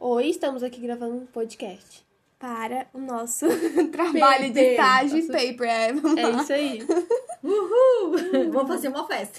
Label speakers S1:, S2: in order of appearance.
S1: Hoje estamos aqui gravando um podcast.
S2: para o nosso trabalho de
S1: Paper.
S2: estágio e paper. É, vamos
S1: É
S2: lá.
S1: isso aí.
S3: Uhul! Vamos fazer uma festa.